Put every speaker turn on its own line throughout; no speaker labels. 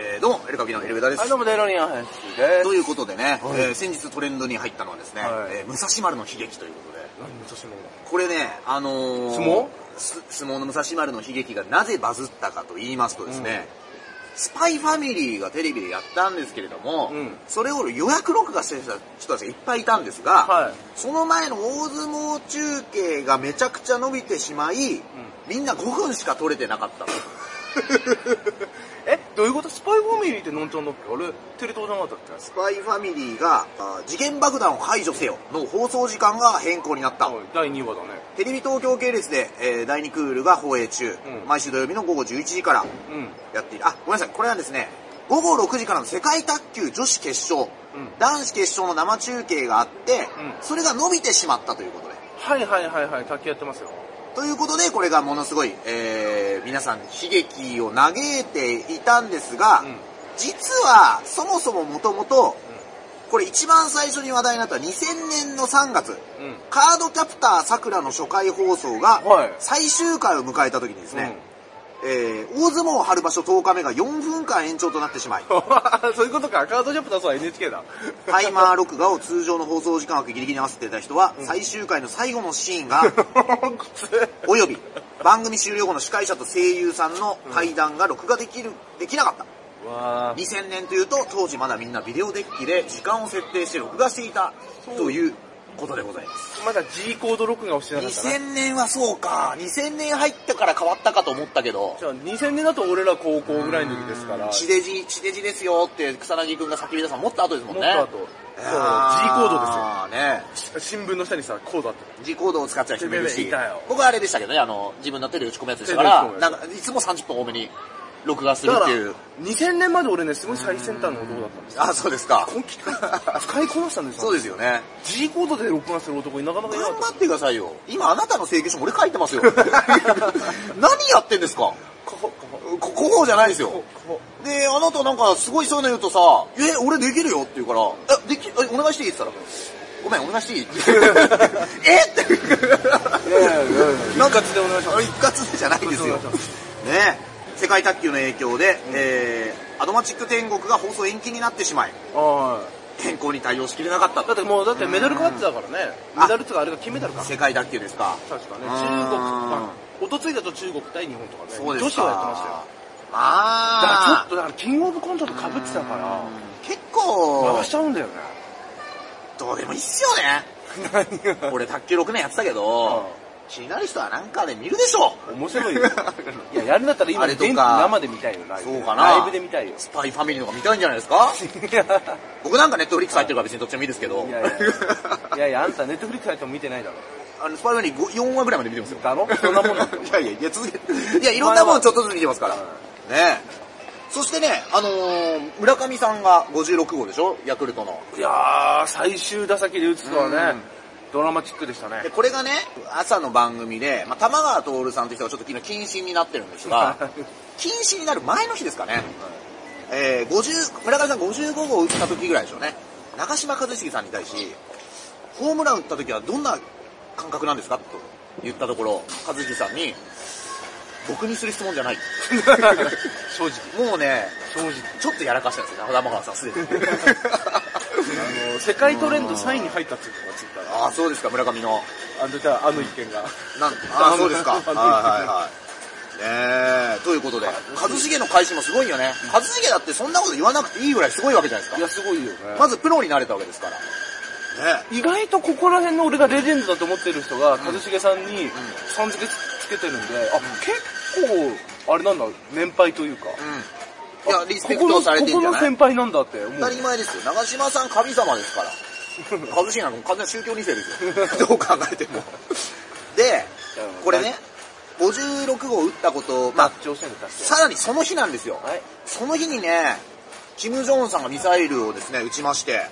えーどうも、エルカビのエルベダです
はい、。どうも、デロリアン編集で
と
す。
いうことでね、
はい
えー先日トレンドに入ったのはですね、
はい
えー武蔵丸の悲劇ということで、
何武蔵
これね、あのー
相撲
す相撲の武蔵丸の悲劇がなぜバズったかと言いますとですね、スパイファミリーがテレビでやったんですけれども、
うん
それを予約録画してた人たちがいっぱいいたんですが、
はい
その前の大相撲中継がめちゃくちゃ伸びてしまい、みんな5分しか撮れてなかったと。
え、どういうことスパイファミリーってのんちゃんだっけあれ、テレ東じゃなかったっ
スパイファミリーがあー次元爆弾を排除せよの放送時間が変更になっ
け
た。
はい、第2話だね。
テレビ東京系列で、えー第2クールが放映中、
うん
毎週土曜日の午後11時から
うん。
やっている。あ、ごめんなさい、これはですね、午後6時からの世界卓球女子決勝、
うん
男子決勝の生中継があって、
うん
それが伸びてしまったということで。
はいはいはいはい、卓球やってますよ。
ということで、これがものすごい、えー皆さん悲劇を嘆いていたんですが、
うん
実は、そもそももともと、これ一番最初に話題になった2000年の3月、
うん。うん。
カードキャプターさくらの初回放送が
はい
最終回を迎えた時にですね、えー大相撲春場所10日目が4分間延長となって しまい、
うん。そういうことか、カードジャップ出そうは NHK だ。
タイマー録画を通常の放送時間枠ギリギリに合わせていた人は、最終回の最後のシーンが、
苦痛。
および番組終了後の司会者と声優さんの対談が録画できる、できなかった。
わー。
2000年というと当時まだみんなビデオデッキで時間を設定して録画していたということでございます。
まだ G コード録画をしてなかったな。
2000年はそうか。2000年入ったから変わったかと思ったけど。
じゃあ2000年だと俺ら高校ぐらいの時ですから。
地デジ、地デジですよって草薙くんが叫び出したのもっと後ですもんね。
もっと後。そう、G コードですよ。
ドですよ。ね
新聞の下にさ、コードあった。
G コードを使っちゃう人もいるし
いたよ、
僕はあれでしたけどね、あの、自分の手で打ち込むやつでしたから
手で、打ち込む
な
や
ん
つ
か、いつも30分多めに録画する
だ
っ
か
て
ら
いう。、
2000年まで俺ね、すごい最先端の男だったんですよ。
あ、そうですか。
本気で使いこなしたんですよ。
そうですよね。
G コードで録画する男になかなかいなか
頑
っ
張ってくださいよ。今あなたの請求書俺書いてますよ。何やってんですか
た。カホカホ
こ、ここじゃないです
カホ
よ。
カホ
で、あなたなんかすごいそういうの言うとさ、え、俺できるよって言うから、え、でき、えお願いしていいって言ったら、ごめん、お願いしていいって。えって。
いやいやいやいやなんかつでお願いします。
一括でじゃないですよ。ね
そうそう
世界卓球の影響で、えー、アドマチック天国が放送延期になってしまい、
は
変更に対応しきれなかった
い。だってもう、だってメダル変わってたからね。
うん
メダルとかあれが金メダルか。
世界卓球ですか。
確かね。
うん
中国まあ、おとついだと中国対日本とかね。
そうで
女
す
子
か。
はやってましたよ。だからちょ
あ
っと、だからキングオブコントと被ってたか
ー結
ら、
構
回し、ちゃうんだよね。
どうでもいいっすよね。
何が
俺卓球6年やってたけ
うん
ど、気になる人はなんかで見るでしょ
面白いよ。 いや、やるんだったら
あ
今、
れ
現
とか
地生で見たいよ、ライブで。
そうかな
ライブで見たいよ。
スパイファミリーの方が見たいんじゃないですか
いや
僕なんかネットフリックス入ってるから別にどっちでもいいですけど。
いやいや、いやいや、あんたネットフリックス入っても見てないだろ。
あの、スパイファミリー4話ぐらいまで見てますよ。
だろそんなもんなんだよ
いやいや、いや続け、いや、いろんなもんちょっとずつ見てますから。
う
ね
ん
え。そしてね、あのー、村上さんが56号でしょヤクルトの。
いやー、最終打席で打つとは
うん
ね、ドラマチックでしたね
で、。これがね、朝の番組で、まあ、玉川徹さんという人がちょっと昨日謹慎になってるんですが、禁止になる前の日ですかね。えー、50、村上さん55号打った時ぐらいでしょうね。長嶋一茂さんに対し、ホームラン打った時はどんな感覚なんですかと言ったところ、一茂さんに、僕にする質問じゃない。
正直。
もうね、
正直。
ちょっとやらかしたんですよ、玉川さんすで に。
あの、世界トレンド3位に入ったっていうのがついたら、
ああ、そうですか、村上の。
あの、じゃああの意見が。
なん ああ、そうですか。はいはいはい。ねえ、ということで、一茂の開始もすごいよね。一茂だってそんなこと言わなくていいぐらいすごいわけじゃないですか。
や、すごいよね
まずプロになれたわけですから。ね
意外とここら辺の俺がレジェンドだと思ってる人が、一茂さんにさん付けつけてるんで、あ、結構、あれなんだ、年配というか。
うん。いや、リスペクトされてんじゃ
ここのここの
ない
先輩なんだって思
当た
う。
り前ですよ。長嶋さん神様です から。一茂なんかもう完全な宗教2世ですよ。どう考えても。で、これね、56号打ったこと、まあ、
達成してる達成。
さらにその日なんですよ。
はい。
その日にね、キム・ジョンさんがミサイルをですね、撃ちまして、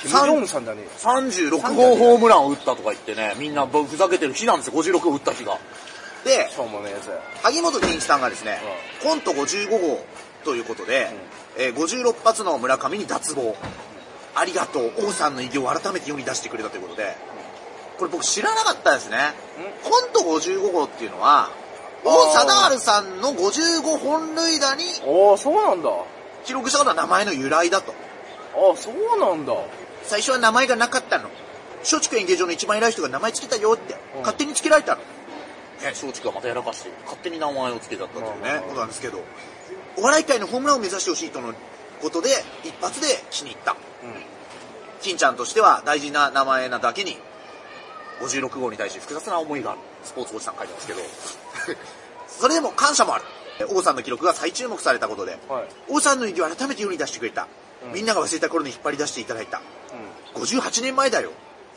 キム・ジョンウンさんだね。
36号ホームランを打ったとか言ってね、みんなふざけてる日なんですよ、56号打った日が。で、
しょうもないやつや。
萩本欽一さんがですね、コント55号ということで、えー56発の村上に脱帽。ありがとう、王さんの偉業を改めて世に出してくれたということで、これ僕知らなかったですね。コント55号っていうのは、王貞治さんの55本塁打に
ああ、そうなんだ。あ
記録したことは名前の由来だと。
あ、そうなんだ。
最初は名前がなかったの。松竹演芸場の一番偉い人が名前つけたよって、
うん
勝手につけられたの。ね、松竹がまたやらかして、勝手に名前をつけちゃったという
うん
ね、ことなんですけど、お笑い界のホームランを目指してほしいとのことで、一発で気に入った。
う
金ちゃんとしては大事な名前なだけに、56号に対して複雑な思いがある。スポーツおじさん書いてますけど。 それでも感謝もある。王さんの記録が再注目されたことで、
ん。はい。
王さんの意義を改めて世に出してくれた。
うん
みんなが忘れた頃に引っ張り出していただいた。
う
58年前だよ。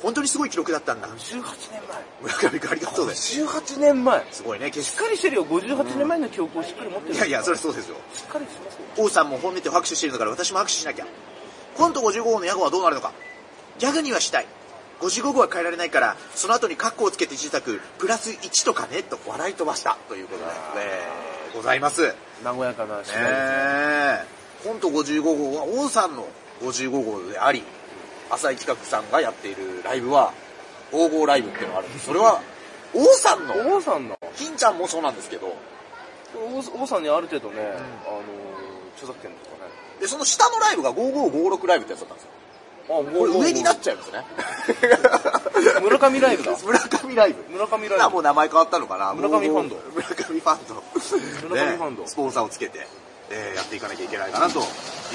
本当にすごい記録だったんだ
ん。。18年前。
村上君ありがとうです。
18年前。
すごいね、決
し
し
っかりしてるよ。58年前の記憶をしっかり持ってる。
いやいや、それは
し
そうですよ。
っかりしますよ。
王さんも本音で拍手してるのだから私も拍手しなきゃ。コント55号のヤゴはどうなるのか。ギャグにはしたい。55号は変えられないから、その後にカッコをつけて小さく、プラス1とかね、と笑い飛ばした。ということで、えーございます。ね
和やかな芝居ですね。
え。コント55号は王さんの55号であり、浅井企画さんがやっているライブは、黄金ライブっていうのがあるんです。それは、王さんの、
王さんの
金ちゃんもそうなんですけど、
王王さんにある程度ね、あのー、著作権とかね。
で、その下のライブが5556ライブってやつだったんですよ。
あ、もう
これ上になっ
ち
ちゃいますね。
ゃう。 村上ライブだ。
村上ライブ。
村上ライ
今
ブ
も。う名前変わったのかな
村上ファンド
もう村上ファンド。
村上ファンド
ねスポンサーをつけて、えーやっていかなきゃいけないかなと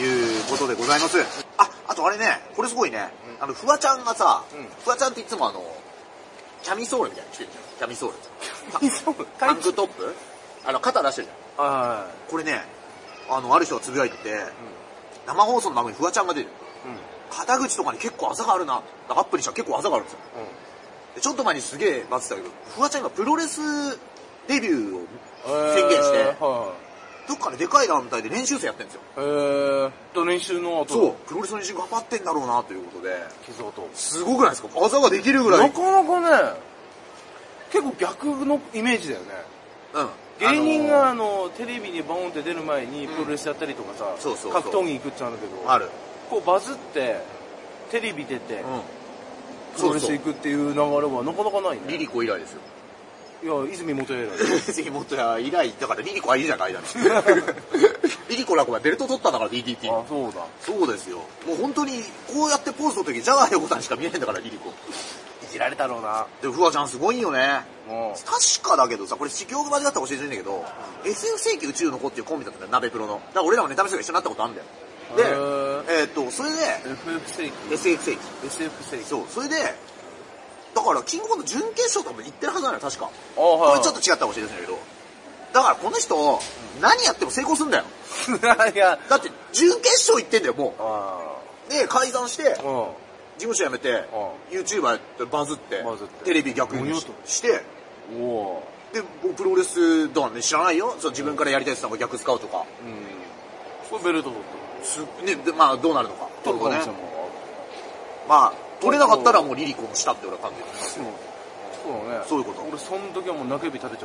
いうことでございます。あ、あとあれね、これすごいね。あの、フワちゃんがさ
うん、
フワちゃんっていつもあの、キャミソールみたいに着てるじゃん。キャミソール。タ
タ
ンクトップあの、肩出してるじゃん。
は
これね、あの、ある人がつぶやいてて、生放送の番組にフワちゃんが出る。
い。うん。うん。
肩口とかに結構あざがあるな。アップにしたら結構あざがあるんですよ。でちょっと前にすげえ待ってたけど、フワちゃんがプロレスデビューを宣言して、
えーは
どっかででかい団体で練習生やってるんですよ。
い。えー、と練習の後。
そう、プロレスの練習頑張ってんだろうなということで、
傷をと。
すごくないですかあざができるぐらい。う。
なんかなかね、結構逆のイメージだよね。芸人が、あ
あの
のテレビにボーンって出る前にプロレスやったりとかさ、
そうそうそう
格闘技行くっちゃうんだけど、
ーある。
こうバズって、テレビ出て、
うん。
プロ
そう
レス
そう
行。くっていう流れはなかなかない
リ
ね。
リコ以来ですよ。
いや、泉元栄だよ。
ぜひもっとや以来、だからリリコはいいじゃないだ リリコラコがベルト取ったんだから DDT。
あ、そうだ。
そうですよ。もう本当に、こうやってポーズ取るとき、ジャガー横さんしか見えないんだから、リリコ。
いじられたろうな。
でも、フワちゃんすごいよね。
も
確かだけどさ、これ修行場でだったら教えてほしいんだけど、SF 世紀宇宙の子っていうコンビだったんだよ、鍋プロの。だから俺らもネタ見せが一緒になったことあるんだよ。
う。
で
えー、
えーっと、それで、
FF 世紀
SF 世紀。
SF 世紀
そう、それで、だから、キングオブコント準決勝とかも行ってるはずなのよ、確か。
あ、は
こ
い。
れちょっと違ったら教えてほしいんだけど。だから、この人、何やっても成功するんだよ。
と。いや、
だって、準決勝行ってんだよ、も
あ
う。で、解散して、
あ。うん。
事務所辞めて、YouTuber やってバズって
バズって、
テレビ逆に
何
し
やったの
して、
おお
で、僕プロレスだね、知らないよ。そう自分からやりたいって言ったのが逆使うとか。
ー。うん。これベルト取っ
すね、でまあどうなるのか。
た。取る可能性
ね。
も
まあ、取れなかったらもうリリコの下って俺は感じる。
ある。そうそうだね。
そういうこと
俺、その時はもう中指立てちゃ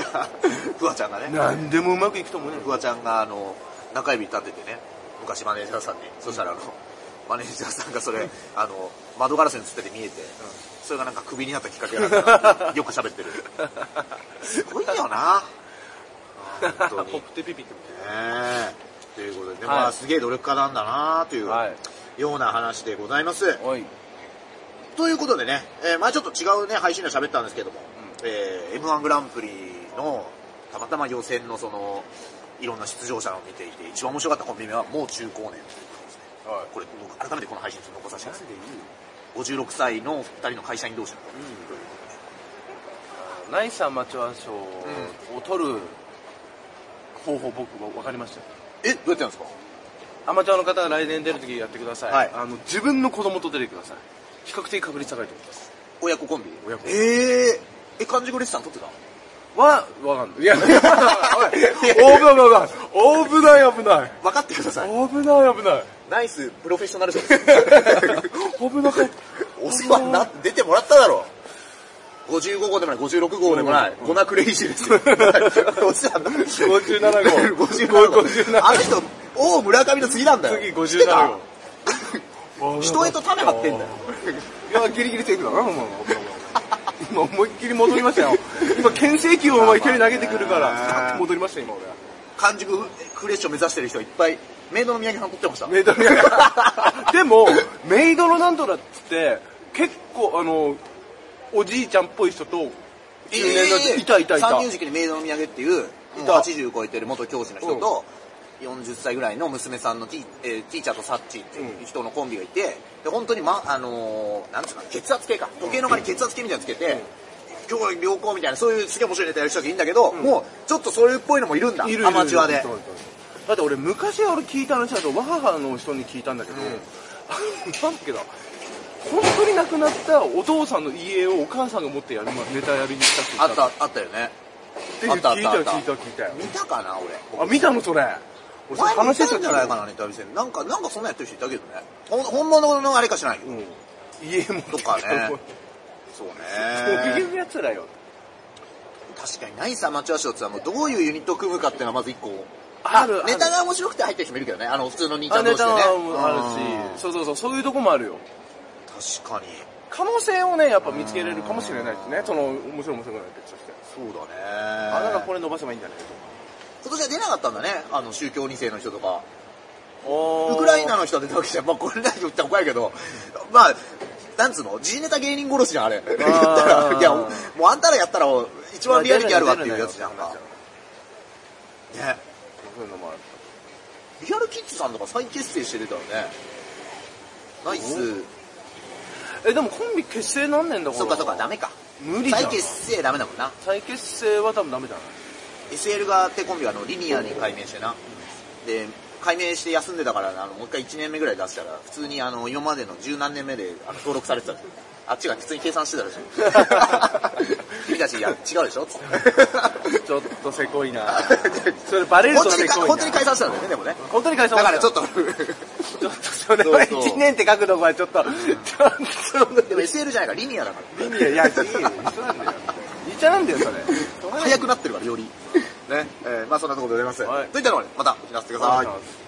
うかもしれない。
フワちゃんがね。
何でもうまくいくと思うね
フワちゃんがあの、中指立ててね、昔マネージャーさんに、そしたらあの、マネージャーさんがそれ、あの、窓ガラスに映ってて見えて、それがなんか首になったきっかけがあ ったからよく喋ってる。すごいよ な。本当に。
ポ
ね
プテピピってこ
えということで、ねま
は
あ
い
すげえ努力家なんだなという
とはい
ような話でございます。
おい
ということでね、えー、まあちょっと違うね、配信では喋ったんですけども、えー、M1 グランプリの、たまたま予選のその、いろんな出場者を見ていて、一番面白かったコンビ名は、もう中高年ということですね。
は
これ、僕改めてこの配信ちょっと残させてくださ
でいい
い。56歳の2人の会社員同士の、
ナイスアマチュア賞を取る方法僕は分かりましたよ
え、どうやってやるんですか
アマチュアの方が来年出る時やってください、
はい
あの自分の子供と出てください比較的確率高いと思います
親子コンビ
親子コンビ
ええー、え、完熟レッスン撮ってた
は分かんないいや 危ない危ない
分かってください。
危ない危ない危ない
ナイスプロフェッショナル賞です。
危なかった
お世話になって出てもらっただろう。55号でもない、56号でもない、ゴナクレイジーですよ。お世話になって。
57
57
号
号。あの人、王村上の次なんだよ。
次
知ってた
57 号
人へと種張ってんだよ。
いやギリギリセーフだなお前は今思いっきり戻りましたよ。今、牽制球をお前一人投げてくるから、
まあね
スタッと戻りました、今俺は。
完熟フレッシュを目指してる人いっぱい、メイドの宮城さん撮ってました。
メイドのなんとかでも、メイドのなんとだっつって、結構、あの、おじいちゃんっぽい人と、中
え
年の、いたいたいた。
三入塾にメイドの宮城っていう、もう
いた
80超えてる元教師の人と、40歳ぐらいの娘さんのティ,、えーティーチャーとサッチっていう人のコンビがいて、で本当に、ま、あのーなんつうの、血圧計か。時計の間に血圧計みたいなのつけて、今日良好みたいな、そういうすげえ面白いネタやる人がいいんだけど、
ん
もう、ちょっとそういうっぽいのもいるんだ。
いるいる
アマチュアで
そう。そうだって俺昔俺聞いた話だとわははの人に聞いたんだけど、なんだっけど本当に亡くなったお父さんの家をお母さんが持ってやるネタやりに行ったって言
あった、あったよね。
て
あったあっ
聞い
た
た
あ
よ
った
聞いたよ聞いたよ
見たかな、俺。
あ見たのそれ俺それ
前見
話して
た
た
んじゃないかな、ネタ見せ。なんか、なんかそんなやってる人いたけどね。ほん本物のあれかしないよ。
うん家持って
とかねそう
そう
ね。
いうやつらよ
確かに、ナイスアマチュア賞ってのはもうどういうユニットを組むかっていうのはまず一個。
あるある
ネタが面白くて入ってる人もいるけどね。あの、普通の兄ちゃ
あ
ん同
ネ
士で
タ
ね。
はあるしそうそうそうそういうとこもあるよ
し。確かに。
可能性をねやっぱ見つけれるかもしれないですねその面白い面白くない別として
そうだね。
あなんかこれ伸ばせばいいんじゃないとか
今年は出なかったんだね。あの、宗教二世の人とか。ウ
ウ
クライナの人は出たわけじゃん。まあ、これだけ言ったら怖いけど。まあ、なんつうの ?G ネタ芸人殺しじゃん、あれ。言ったら。いや、もうあんたらやったら一番リアリティあるわっていうやつじゃんか。ね。
そういうのもある
リアルキッズさんとか再結成して出たよね。ナイス。
えでもコンビ結成何年だから
そっかそっか、ダメか。
無理じゃん
再結成ダメだもんな。
再結成は多分ダメだな
SL がってコンビはあのリニアに改名してな。で、改名して休んでたから、あの、もう一回1年目ぐらい出したら、普通にあの、今までの十何年目であの登録されてたんですよ。あっちが普通に計算してたらし い。君たち、いや、違うでし ょつ って。
ちょっとせこいな それバレる
本
と
当に
せ
か、
こいな
本当に解散したんだよね、でもね。
本当に解散
だからちょっ
と
と、
ちょっとそれ
そう
は
そう
1年って書くのがちょっとちょっと
でも SL じゃないから、リニアだから。
リニアいやいいよ一緒なんだよ一緒なんだよそれ
早くなってるから、より。ね。えーまあそんなところでございます。
はい
といったので、また、お知らせください。
はい